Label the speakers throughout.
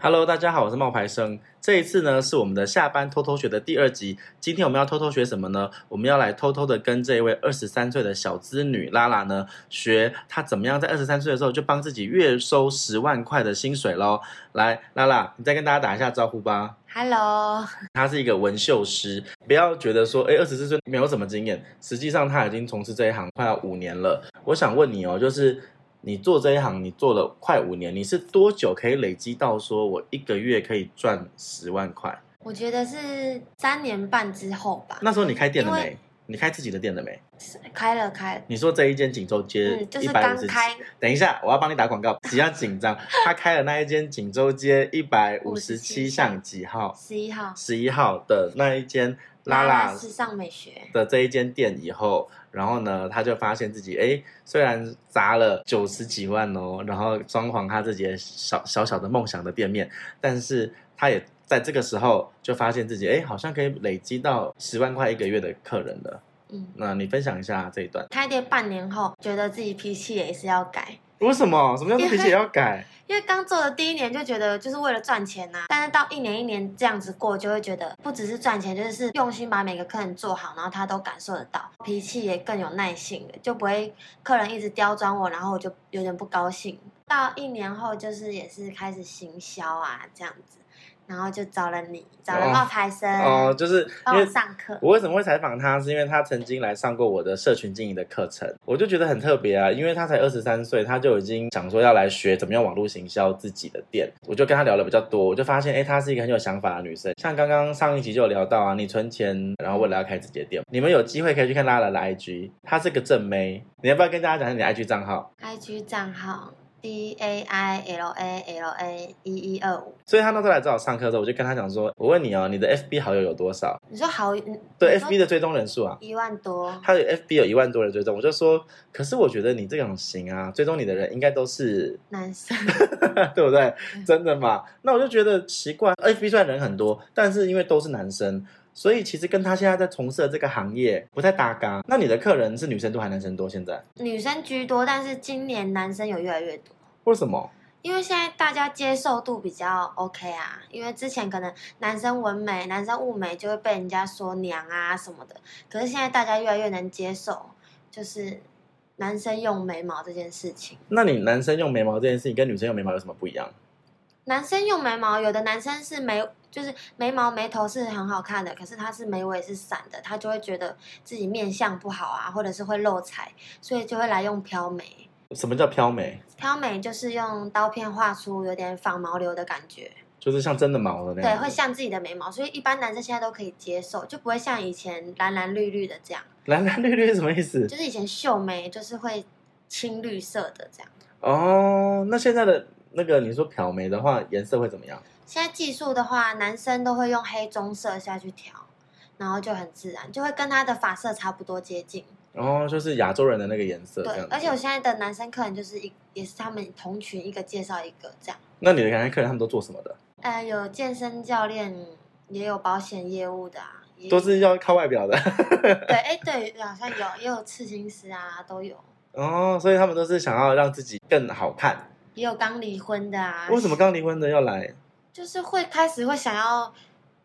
Speaker 1: Hello，大家好，我是冒牌生。这一次呢，是我们的下班偷偷学的第二集。今天我们要偷偷学什么呢？我们要来偷偷的跟这一位二十三岁的小资女拉拉呢，学她怎么样在二十三岁的时候就帮自己月收十万块的薪水喽。来，拉拉，你再跟大家打一下招呼吧。
Speaker 2: Hello，
Speaker 1: 她是一个纹绣师，不要觉得说，哎，二十四岁没有什么经验，实际上她已经从事这一行快要五年了。我想问你哦，就是你做这一行，你做了快五年，你是多久可以累积到说我一个月可以赚十万块？
Speaker 2: 我觉得是三年半之后吧，
Speaker 1: 那时候你开店了
Speaker 2: 因
Speaker 1: 没
Speaker 2: 为？
Speaker 1: 你开自己的店了没？
Speaker 2: 开了开了，
Speaker 1: 你说这一间锦州街
Speaker 2: 嗯，就
Speaker 1: 一
Speaker 2: 是
Speaker 1: 百
Speaker 2: 刚
Speaker 1: 五十
Speaker 2: 开
Speaker 1: 等一下，我要帮你打广告，不要紧张。 他开了那一间锦州街一百五十七巷几号？
Speaker 2: 十一号
Speaker 1: 十一号的那一间拉拉
Speaker 2: 时尚美学，
Speaker 1: 的这一间店以后，然后呢，他就发现自己哎，虽然砸了九十几万哦，然后装潢他自己的小小小的梦想的店面，但是他也在这个时候就发现自己哎，好像可以累积到十万块一个月的客人了。
Speaker 2: 嗯，
Speaker 1: 那你分享一下这一段，
Speaker 2: 开店半年后，觉得自己脾气也是要改，
Speaker 1: 为什么？什么叫做脾气也要改？
Speaker 2: 因为刚做的第一年就觉得就是为了赚钱呐、但是到一年一年这样子过，就会觉得不只是赚钱，就是用心把每个客人做好，然后他都感受得到，脾气也更有耐性了，就不会客人一直刁钻我，然后我就有点不高兴。到一年后，就是也是开始行销啊这样子，然后就找了你，找了
Speaker 1: 哦
Speaker 2: 冒牌生，
Speaker 1: 哦、就是因
Speaker 2: 帮我
Speaker 1: 为
Speaker 2: 上课。
Speaker 1: 我为什么会采访他？是因为他曾经来上过我的社群经营的课程，我就觉得很特别啊，因为他才二十三岁，他就已经想说要来学怎么样网络行销自己的店。我就跟他聊了比较多，我就发现，哎，她是一个很有想法的女生。像刚刚上一集就有聊到啊，你存钱，然后为了要开自己的店，你们有机会可以去看拉拉的 IG，她是个正妹。你要不要跟大家讲一下你的 IG 账号？
Speaker 2: IG 账号 D A I L A L A 一一二五，
Speaker 1: 所以她那时候来找我上课的时候，我就跟她讲说，我问你哦，你的 FB 好友有多少？
Speaker 2: 你说好，
Speaker 1: 对，FB 的追踪人数啊。
Speaker 2: 一万多，
Speaker 1: 他的 FB 有一万多人追踪，我就说，可是我觉得你这种型啊，追踪你的人应该都是，
Speaker 2: 男生。
Speaker 1: 对不对？真的吗？那我就觉得奇怪，FB 虽然人很多，但是因为都是男生，所以其实跟他现在在从事的这个行业不太搭嘎。那你的客人是女生多还是男生多？现在
Speaker 2: 女生居多，但是今年男生有越来越多，
Speaker 1: 为什么？
Speaker 2: 因为现在大家接受度比较 OK 啊。因为之前可能男生纹眉、男生雾眉就会被人家说娘啊什么的，可是现在大家越来越能接受，就是男生用眉毛这件事情。
Speaker 1: 那你男生用眉毛这件事情跟女生用眉毛有什么不一样？
Speaker 2: 男生用眉毛，有的男生是眉，就是眉毛眉头是很好看的，可是他是眉尾是散的，他就会觉得自己面相不好啊，或者是会漏财，所以就会来用飘眉。
Speaker 1: 什么叫飘眉？
Speaker 2: 挑眉就是用刀片画出有点仿毛流的感觉，
Speaker 1: 就是像真的毛的那
Speaker 2: 对，
Speaker 1: 样
Speaker 2: 会
Speaker 1: 子，
Speaker 2: 像自己的眉毛，所以一般男生现在都可以接受，就不会像以前蓝蓝绿绿的这样，
Speaker 1: 蓝蓝绿绿是什么意思？
Speaker 2: 就是以前秀眉就是会青绿色的这样。
Speaker 1: 哦，那现在的那个你说漂眉的话，颜色会怎么样？
Speaker 2: 现在技术的话，男生都会用黑棕色下去调，然后就很自然，就会跟他的发色差不多接近。
Speaker 1: 哦，就是亚洲人的那个颜色
Speaker 2: 对
Speaker 1: 这样，子。
Speaker 2: 而且我现在的男生客人就是一也是他们同群一个介绍一个这样。
Speaker 1: 那你的感觉客人他们都做什么的？
Speaker 2: 呃，有健身教练，也有保险业务的啊，也
Speaker 1: 都是要靠外表的
Speaker 2: 对，哎，对，好像有，也有刺青师啊，都有，
Speaker 1: 哦，所以他们都是想要让自己更好看。
Speaker 2: 也有刚离婚的啊。
Speaker 1: 为什么刚离婚的要来？
Speaker 2: 就是会开始会想要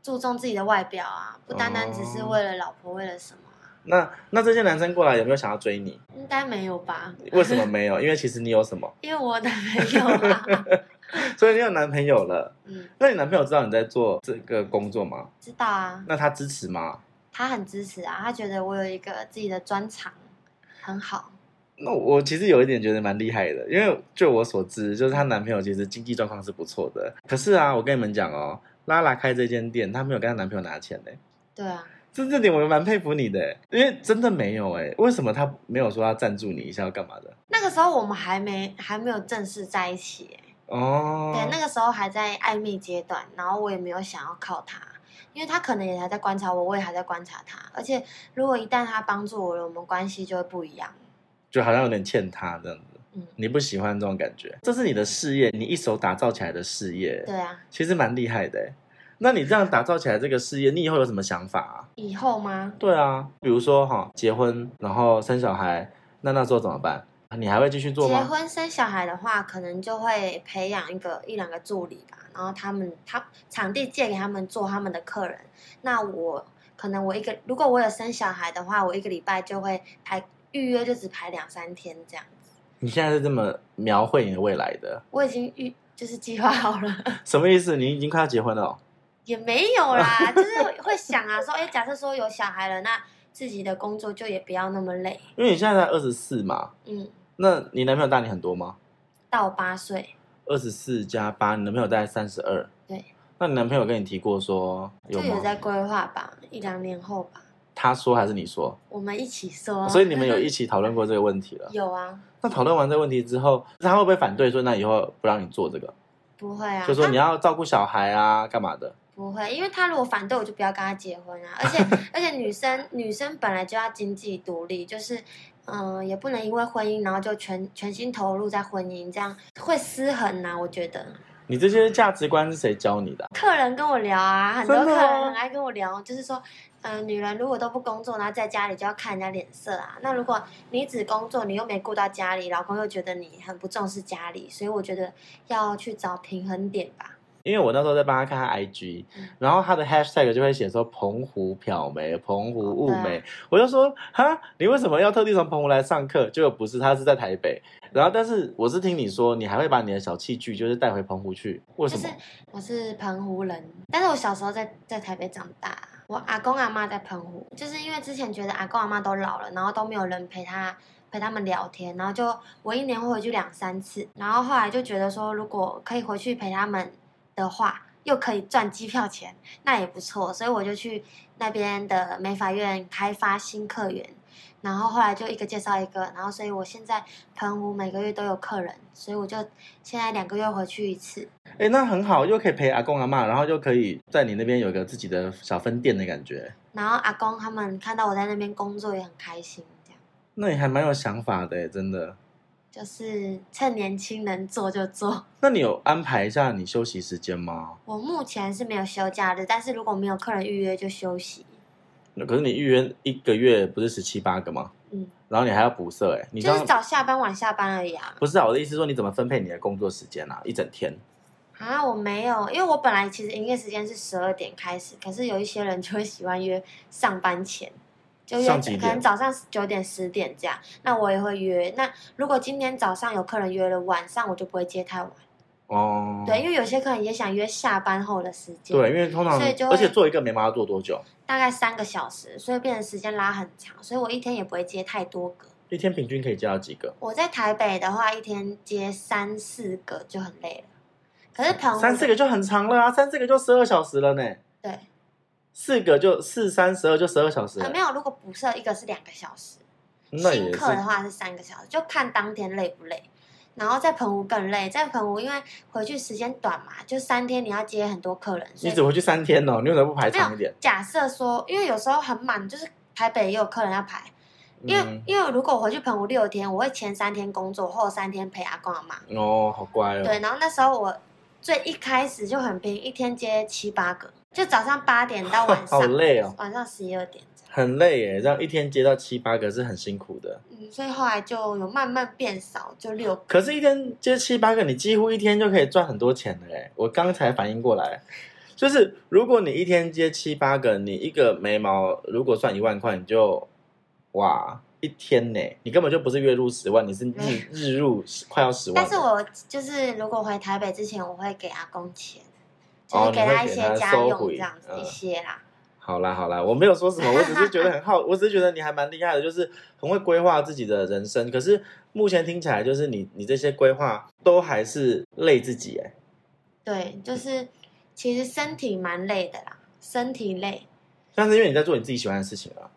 Speaker 2: 注重自己的外表啊，不单单只是为了老婆，为了什么啊、
Speaker 1: 那那这些男生过来有没有想要追 你？
Speaker 2: 应该没有吧？
Speaker 1: 为什么没有？因为其实你有什么，
Speaker 2: 因为我的没有啊。
Speaker 1: 所以你有男朋友了。
Speaker 2: 嗯，
Speaker 1: 那你男朋友知道你在做这个工作吗？
Speaker 2: 知道啊，
Speaker 1: 那他支持吗？
Speaker 2: 他很支持啊，他觉得我有一个自己的专长，很好。
Speaker 1: 那我其实有一点觉得蛮厉害的，因为就我所知，就是她男朋友其实经济状况是不错的。可是啊，我跟你们讲哦，拉拉开这间店，她没有跟她男朋友拿钱呢、
Speaker 2: 对啊，
Speaker 1: 这这点我蛮佩服你的欸，因为真的没有哎，为什么他没有说要赞助你一下要干嘛的？
Speaker 2: 那个时候我们还没还没有正式在一起耶、
Speaker 1: 哦，
Speaker 2: 对，啊那个时候还在暧昧阶段，然后我也没有想要靠他，因为他可能也还在观察我，我也还在观察他。而且如果一旦他帮助我了，我们关系就会不一样。
Speaker 1: 就好像有点欠他这样子，
Speaker 2: 嗯，
Speaker 1: 你不喜欢这种感觉，这是你的事业，你一手打造起来的事业，
Speaker 2: 对啊，
Speaker 1: 其实蛮厉害的欸。那你这样打造起来这个事业，你以后有什么想法啊？
Speaker 2: 以后吗？
Speaker 1: 对啊，比如说哈，结婚然后生小孩，那那时候怎么办？你还会继续做
Speaker 2: 结
Speaker 1: 吗？
Speaker 2: 婚生小孩的话，可能就会培养一个一两个助理吧，然后他们他场地借给他们做他们的客人。那我可能我一个如果我有生小孩的话，我一个礼拜就会排预约，就只排两三天这样子。
Speaker 1: 你现在是这么描绘你的未来的，
Speaker 2: 我已经预就是计划好了，
Speaker 1: 什么意思？你已经快要结婚了哦、
Speaker 2: 也没 有啦，就是会想啊，说哎、诶假设说有小孩了，那自己的工作就也不要那么累。
Speaker 1: 因为你现在才二十四嘛。
Speaker 2: 嗯，
Speaker 1: 那你男朋友大你很多吗？
Speaker 2: 到我八岁，
Speaker 1: 二十四加八，你男朋友大概三十二。
Speaker 2: 对。
Speaker 1: 那你男朋友跟你提过说有
Speaker 2: 就
Speaker 1: 吗
Speaker 2: 有？在规划吧，一两年后吧，
Speaker 1: 他说还是你说？
Speaker 2: 我们一起说。。
Speaker 1: 哦所以你们有一起讨论过这个问题了
Speaker 2: 有啊。
Speaker 1: 那讨论完这个问题之后，他会不会反对说那以后不让你做这个？
Speaker 2: 不会啊，
Speaker 1: 就说
Speaker 2: 他
Speaker 1: 你要照顾小孩啊，干嘛的？
Speaker 2: 不会，因为他如果反对，我就不要跟他结婚啊。而且而且，女生女生本来就要经济独立，就是嗯、呃也不能因为婚姻然后就全全心投入在婚姻，这样会失衡啊呐、我觉得
Speaker 1: 你这些价值观是谁教你的啊、
Speaker 2: 客人跟我聊啊，很多
Speaker 1: 真
Speaker 2: 客
Speaker 1: 的吗
Speaker 2: 人很爱跟我聊，就是说。嗯、女人如果都不工作，然后在家里就要看人家脸色啊。那如果你只工作，你又没顾到家里，老公又觉得你很不重视家里，所以我觉得要去找平衡点吧。
Speaker 1: 因为我那时候在帮他看他 IG，
Speaker 2: 嗯
Speaker 1: 然后他的 hashtag 就会写说澎湖漂眉、澎湖雾
Speaker 2: 哦对啊
Speaker 1: 眉，我就说哈，你为什么要特地从澎湖来上课？结果不是，他是在台北。然后，但是我是听你说，你还会把你的小器具就是带回澎湖去，为什
Speaker 2: 就
Speaker 1: 么？
Speaker 2: 是我是澎湖人，但是我小时候在在台北长大，我阿公阿妈在澎湖，就是因为之前觉得阿公阿妈都老了，然后都没有人陪他陪他们聊天，然后就我一年会回去两三次，然后后来就觉得说，如果可以回去陪他们的话，又可以赚机票钱，那也不错，所以我就去那边的美发院开发新客源。然后后来就一个介绍一个，然后所以我现在澎湖每个月都有客人，所以我就现在两个月回去一次。
Speaker 1: 哎、那很好，又可以陪阿公阿妈，然后又可以在你那边有个自己的小分店的感觉。
Speaker 2: 然后阿公他们看到我在那边工作也很开心，这样
Speaker 1: 那你还蛮有想法的耶，真的。
Speaker 2: 就是趁年轻能做就做。
Speaker 1: 那你有安排一下你休息时间吗？
Speaker 2: 我目前是没有休假日，但是如果没有客人预约就休息。
Speaker 1: 可是你预约一个月不是十七八个吗？
Speaker 2: 嗯，
Speaker 1: 然后你还要补色哎、你
Speaker 2: 就
Speaker 1: 刚
Speaker 2: 是早下班晚下班而已啊。
Speaker 1: 不是啊？我的意思是说你怎么分配你的工作时间啊？一整天
Speaker 2: 啊，我没有，因为我本来其实营业时间是十二点开始，可是有一些人就会喜欢约上班前，就约
Speaker 1: 上几点
Speaker 2: 可能早上九点十点这样，那我也会约。那如果今天早上有客人约了，晚上我就不会接太晚。
Speaker 1: 哦。
Speaker 2: 对，因为有些客人也想约下班后的时间。
Speaker 1: 对，因为通常
Speaker 2: 所以就会
Speaker 1: 而且做一个眉毛要做多久？
Speaker 2: 大概三个小时，所以变成时间拉很长，所以我一天也不会接太多个。
Speaker 1: 一天平均可以接到几个？
Speaker 2: 我在台北的话，一天接三四个就很累了，可是澎湖
Speaker 1: 三四个就很长了啊，三四个就十二小时了呢。
Speaker 2: 对，
Speaker 1: 四个就四三十二就十二小时了
Speaker 2: 啊、没有，如果补设一个是两个小时，
Speaker 1: 那也
Speaker 2: 新
Speaker 1: 是
Speaker 2: 课的话是三个小时，就看当天累不累。然后在澎湖更累，在澎湖因为回去时间短嘛，就三天你要接很多客人，所
Speaker 1: 你
Speaker 2: 以
Speaker 1: 只回去三天哦，你为什么不排
Speaker 2: 没
Speaker 1: 长一
Speaker 2: 有
Speaker 1: 点？。
Speaker 2: 假设说，因为有时候很满，就是台北也有客人要排，因为、
Speaker 1: 嗯、
Speaker 2: 因为如果我回去澎湖六天，我会前三天工作，后三天陪阿公阿妈。
Speaker 1: 哦，好乖哦。
Speaker 2: 对，然后那时候我最一开始就很拼，一天接七八个，就早上八点到晚 上，
Speaker 1: 好累哦
Speaker 2: 晚上十一二点这样。
Speaker 1: 很累耶，这样一天接到七八个是很辛苦的。
Speaker 2: 嗯，所以后来就有慢慢变少，就六个。
Speaker 1: 可是，一天接七八个，你几乎一天就可以赚很多钱了哎！我刚才反应过来，就是如果你一天接七八个，你一个眉毛如果算一万块，你就哇一天呢，你根本就不是月入十万，你是日日入快要十万
Speaker 2: 嗯但
Speaker 1: 了。
Speaker 2: 是我就是如果回台北之前，我会给阿公钱，就
Speaker 1: 哦
Speaker 2: 是
Speaker 1: 你
Speaker 2: 给
Speaker 1: 会
Speaker 2: 一
Speaker 1: 给
Speaker 2: 些
Speaker 1: 他
Speaker 2: 家
Speaker 1: 收
Speaker 2: 用
Speaker 1: 回
Speaker 2: 这样子
Speaker 1: 嗯
Speaker 2: 一些啦。
Speaker 1: 好啦好啦，我没有说什么，我只是觉得很好， 我只是觉得你还蛮厉害的，就是很会规划自己的人生。可是目前听起来，就是你你这些规划都还是累自己哎。
Speaker 2: 对，就是其实身体蛮累的啦，身体累，
Speaker 1: 但是因为你在做你自己喜欢的事情啊，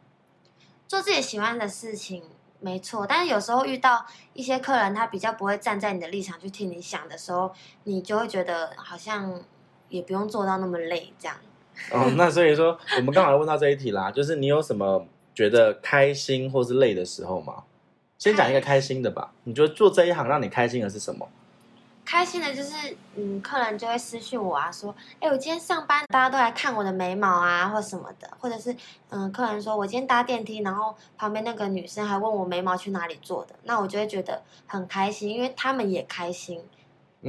Speaker 2: 做自己喜欢的事情没错，但是有时候遇到一些客人，他比较不会站在你的立场去替你想的时候，你就会觉得好像也不用做到那么累这样。
Speaker 1: 哦，那所以说我们刚好问到这一题啦，就是你有什么觉得开心或是累的时候吗？先讲一个开心的吧，你觉得做这一行让你开心的是什么？
Speaker 2: 开心的就是，嗯，客人就会私讯我啊，说，哎，我今天上班，大家都来看我的眉毛啊，或什么的，或者是，嗯，客人说我今天搭电梯，然后旁边那个女生还问我眉毛去哪里做的，那我就会觉得很开心，因为他们也开心，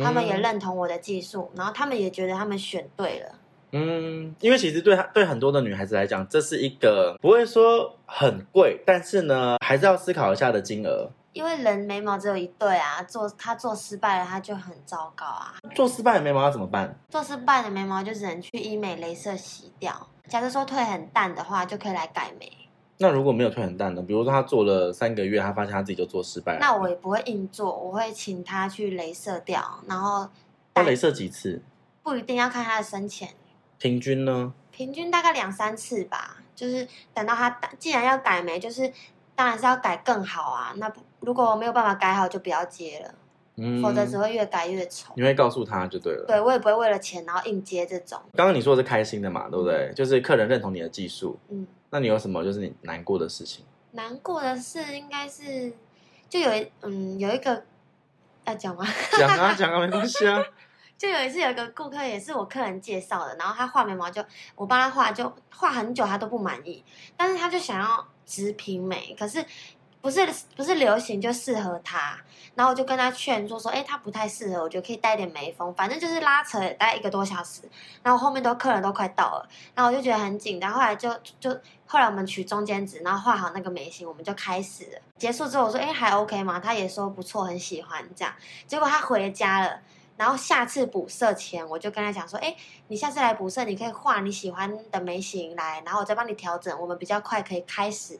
Speaker 2: 他们也
Speaker 1: 嗯
Speaker 2: 认同我的技术，然后他们也觉得他们选对了。
Speaker 1: 嗯，因为其实对她对很多的女孩子来讲，这是一个不会说很贵，但是呢，还是要思考一下的金额。
Speaker 2: 因为人眉毛只有一对啊，做他做失败了，他就很糟糕啊。
Speaker 1: 做失败的眉毛要怎么办？
Speaker 2: 做失败的眉毛就只能去医美镭射洗掉。假设说退很淡的话，就可以来改眉。
Speaker 1: 那如果没有退很淡的，比如说她做了三个月，她发现她自己就做失败了，
Speaker 2: 那我也不会硬做，我会请他去镭射掉，然后
Speaker 1: 要镭射几次？
Speaker 2: 不一定要看他的深浅，
Speaker 1: 平均呢？
Speaker 2: 平均大概两三次吧。就是等到他淡既然要改眉，就是当然是要改更好啊。那不如果没有办法改好，就不要接了，
Speaker 1: 嗯，
Speaker 2: 否则只会越改越丑。
Speaker 1: 你会告诉她就对了。
Speaker 2: 对我也不会为了钱然后硬接这种，
Speaker 1: 刚刚你说的是开心的嘛，对不对？就是客人认同你的技术，
Speaker 2: 嗯。
Speaker 1: 那你有什么就是你难过的事 情？
Speaker 2: 难过的事应该是，就有一嗯有一个要讲吗？
Speaker 1: 讲啊讲啊，没关系啊。
Speaker 2: 就有一次有一个顾客也是我客人介绍的，然后他画眉毛就我帮他画就画很久他都不满意，但是他就想要直平眉，可是不是不是流行就适合他，然后我就跟他劝说说，哎、他不太适合，我觉得可以带点眉峰，反正就是拉扯大概一个多小时，然后后面都客人都快到了，然后我就觉得很紧张，后来就就后来我们取中间值，然后画好那个眉形，我们就开始了。结束之后我说，哎、还 OK 吗？他也说不错，很喜欢这样。结果他回家了。然后下次补色前，我就跟他讲说，哎，你下次来补色，你可以画你喜欢的眉形来，然后我再帮你调整，我们比较快可以开始。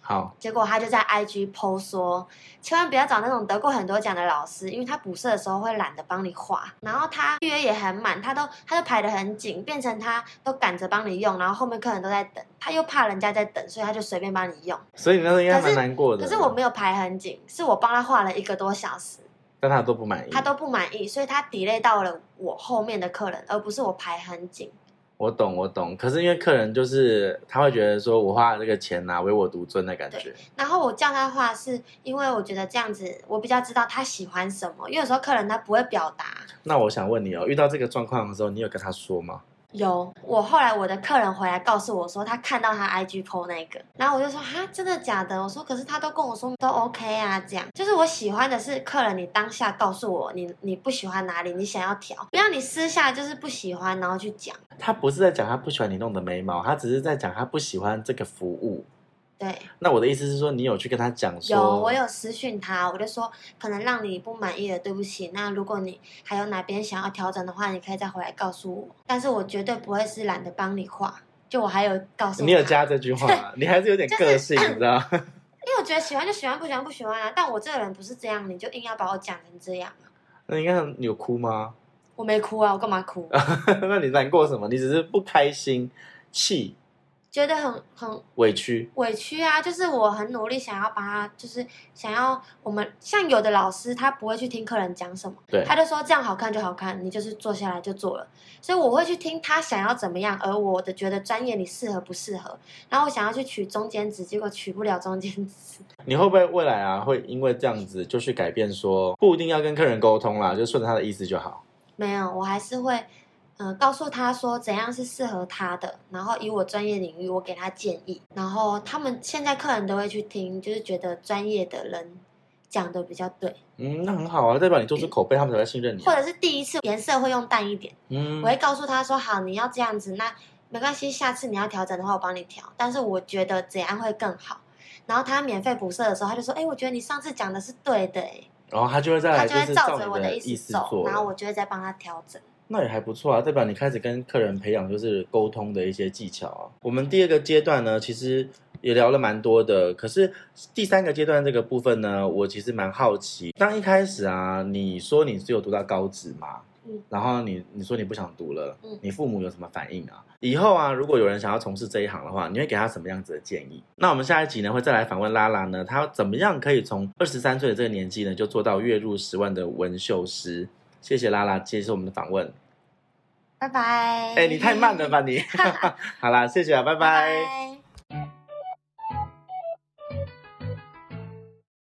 Speaker 1: 好，
Speaker 2: 结果他就在 IG 剖说，千万不要找那种得过很多奖的老师，因为他补色的时候会懒得帮你画，然后他预约也很满，他都他都排得很紧，变成他都赶着帮你用，然后后面客人都在等，他又怕人家在等，所以他就随便帮你用。
Speaker 1: 所以你那时候应该
Speaker 2: 可
Speaker 1: 蛮
Speaker 2: 是
Speaker 1: 难过的。
Speaker 2: 可是我没有排很紧，是我帮他画了一个多小时，
Speaker 1: 但他都不满意。
Speaker 2: 他都不满意，所以他 delay 到了我后面的客人，而不是我排很紧。
Speaker 1: 我懂，我懂。可是因为客人就是他会觉得说我花了这个钱呐、唯我独尊的感觉。
Speaker 2: 然后我叫他画，是因为我觉得这样子我比较知道他喜欢什么，因为有时候客人他不会表达。
Speaker 1: 那我想问你哦，遇到这个状况的时候，你有跟他说吗？
Speaker 2: 有，我后来我的客人回来告诉我说，他看到他 IG PO 那个，然后我就说哈，真的假的？我说可是他都跟我说都 OK 啊，这样就是我喜欢的是客人你当下告诉我你你不喜欢哪里，你想要调，不要你私下就是不喜欢然后去讲，
Speaker 1: 他不是在讲他不喜欢你弄的眉毛，他只是在讲他不喜欢这个服务。
Speaker 2: 对。
Speaker 1: 那我的意思是说，你有去跟他讲说，
Speaker 2: 有，我有私讯他，我就说可能让你不满意的，对不起。那如果你还有哪边想要调整的话，你可以再回来告诉我。但是我绝对不会是懒得帮你画，就我还有告诉
Speaker 1: 你有
Speaker 2: 他
Speaker 1: 加这句话吗，你还是有点个性，你知道？
Speaker 2: 因为我觉得喜欢就喜欢，不喜欢不喜欢啊。但我这个人不是这样，你就硬要把我讲成这样，啊
Speaker 1: 那你看你有哭吗？
Speaker 2: 我没哭啊，我干嘛哭？
Speaker 1: 那你难过什么？你只是不开心、气、
Speaker 2: 觉得很很
Speaker 1: 委屈。
Speaker 2: 委屈啊，就是我很努力想要把他，就是想要我们像有的老师他不会去听客人讲什么，
Speaker 1: 对
Speaker 2: 他就说这样好看就好看，你就是坐下来就做了。所以我会去听他想要怎么样，而我的觉得专业你适合不适合，然后我想要去取中间值，结果取不了中间值。
Speaker 1: 你会不会未来啊，会因为这样子就去改变说，不一定要跟客人沟通啦，就顺着他的意思就好。
Speaker 2: 没有，我还是会，呃，告诉他说怎样是适合他的，然后以我专业领域，我给他建议。然后他们现在客人都会去听，就是觉得专业的人讲的比较对，
Speaker 1: 嗯，那很好啊，代表你做出口碑，他们才会信任你啊、
Speaker 2: 或者是第一次颜色会用淡一点，
Speaker 1: 嗯
Speaker 2: 我，会告诉他说好，你要这样子，那没关系，下次你要调整的话，我帮你调。但是我觉得怎样会更好。然后他免费补色的时候，他就说：“哎、我觉得你上次讲的是对的、欸，
Speaker 1: 然后他就会再
Speaker 2: 他
Speaker 1: 来，
Speaker 2: 就
Speaker 1: 就是
Speaker 2: 会照着
Speaker 1: 你
Speaker 2: 我的
Speaker 1: 的
Speaker 2: 意
Speaker 1: 思
Speaker 2: 思走，
Speaker 1: 做了。
Speaker 2: 然后我就会再帮他调整。
Speaker 1: 那也还不错啊，代表你开始跟客人培养就是沟通的一些技巧啊。我们第二个阶段呢，其实也聊了蛮多的，可是第三个阶段这个部分呢，我其实蛮好奇。当一开始啊，你说你只有读到高职嘛，
Speaker 2: 嗯
Speaker 1: 然后你你说你不想读了，
Speaker 2: 嗯
Speaker 1: 你父母有什么反应啊？以后啊，如果有人想要从事这一行的话，你会给他什么样子的建议？那我们下一集呢，会再来访问拉拉呢，她怎么样可以从二十三岁的这个年纪呢，就做到月入十万的纹绣师？谢谢拉拉接受我们的访问。
Speaker 2: 拜拜。
Speaker 1: 哎 哎、你太慢了吧你！好啦，谢谢啊，拜拜
Speaker 2: 拜